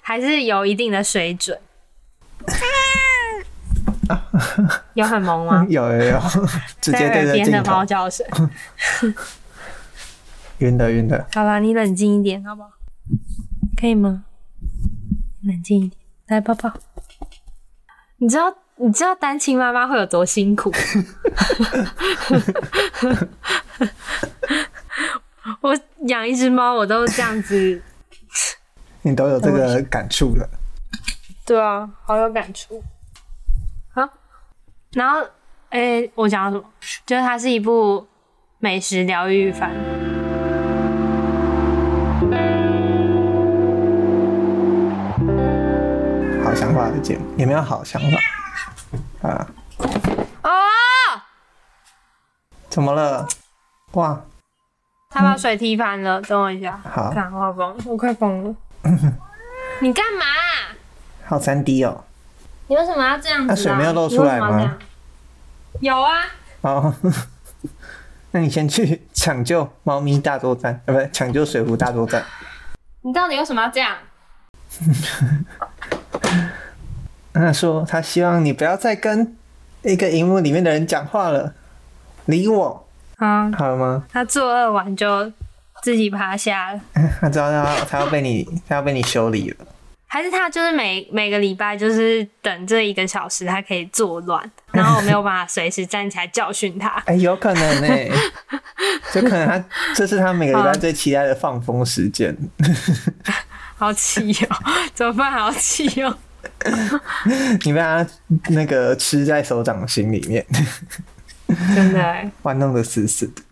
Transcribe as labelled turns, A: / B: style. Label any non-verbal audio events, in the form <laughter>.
A: 还是有一定的水准。有很萌吗？
B: 有有有，直接啊 <laughs> 对着
A: 边
B: 镜
A: 的
B: 头
A: 猫，叫声。
B: 晕的晕的。
A: 好啦，你冷静一点，好不好？可以吗？冷静一点，来抱抱。你知道你知道单亲妈妈会有多辛
B: <laughs>
A: 苦？ <laughs> 我养一只猫，我都这样子。
B: 你都有这个感触了，
A: 对啊，好有感触。好，然后，诶、我讲到什么？就是它是一部美食疗愈番。
B: 好想法的节目有没有好想法啊？
A: 哦，
B: 怎么了？哇，
A: 他把水踢翻了，等我一下。
B: 好
A: 看我疯，我快疯 <laughs> 了。你干嘛、
B: 好三 D 哦，
A: 你为什么要这样子、啊？
B: 那水没有漏出来吗
A: 你为什么要这样？有啊，
B: 哦， <laughs> 那你先去抢救猫咪大作战，呃，不是抢救水壶大作战。
A: 你到底为什么要这样？
B: 他说他希望你不要再跟一个荧幕里面的人讲话了，理我
A: 啊，
B: 好了吗？ <laughs>
A: 他作恶完就自己趴下了。
B: 他知道他他要被你他要被你修理了，。
A: 还是他就是每每个礼拜就是等这一个小时，他可以作乱，然后我没有办法随时站起来教训他
B: 哎、有可能呢、就可能他这是他每个礼拜最期待的放风时间。
A: 好气哦，怎么办？好气哦！
B: 你被他那个吃在手掌心里面， <laughs>
A: 真的欸，
B: 玩弄的死死的。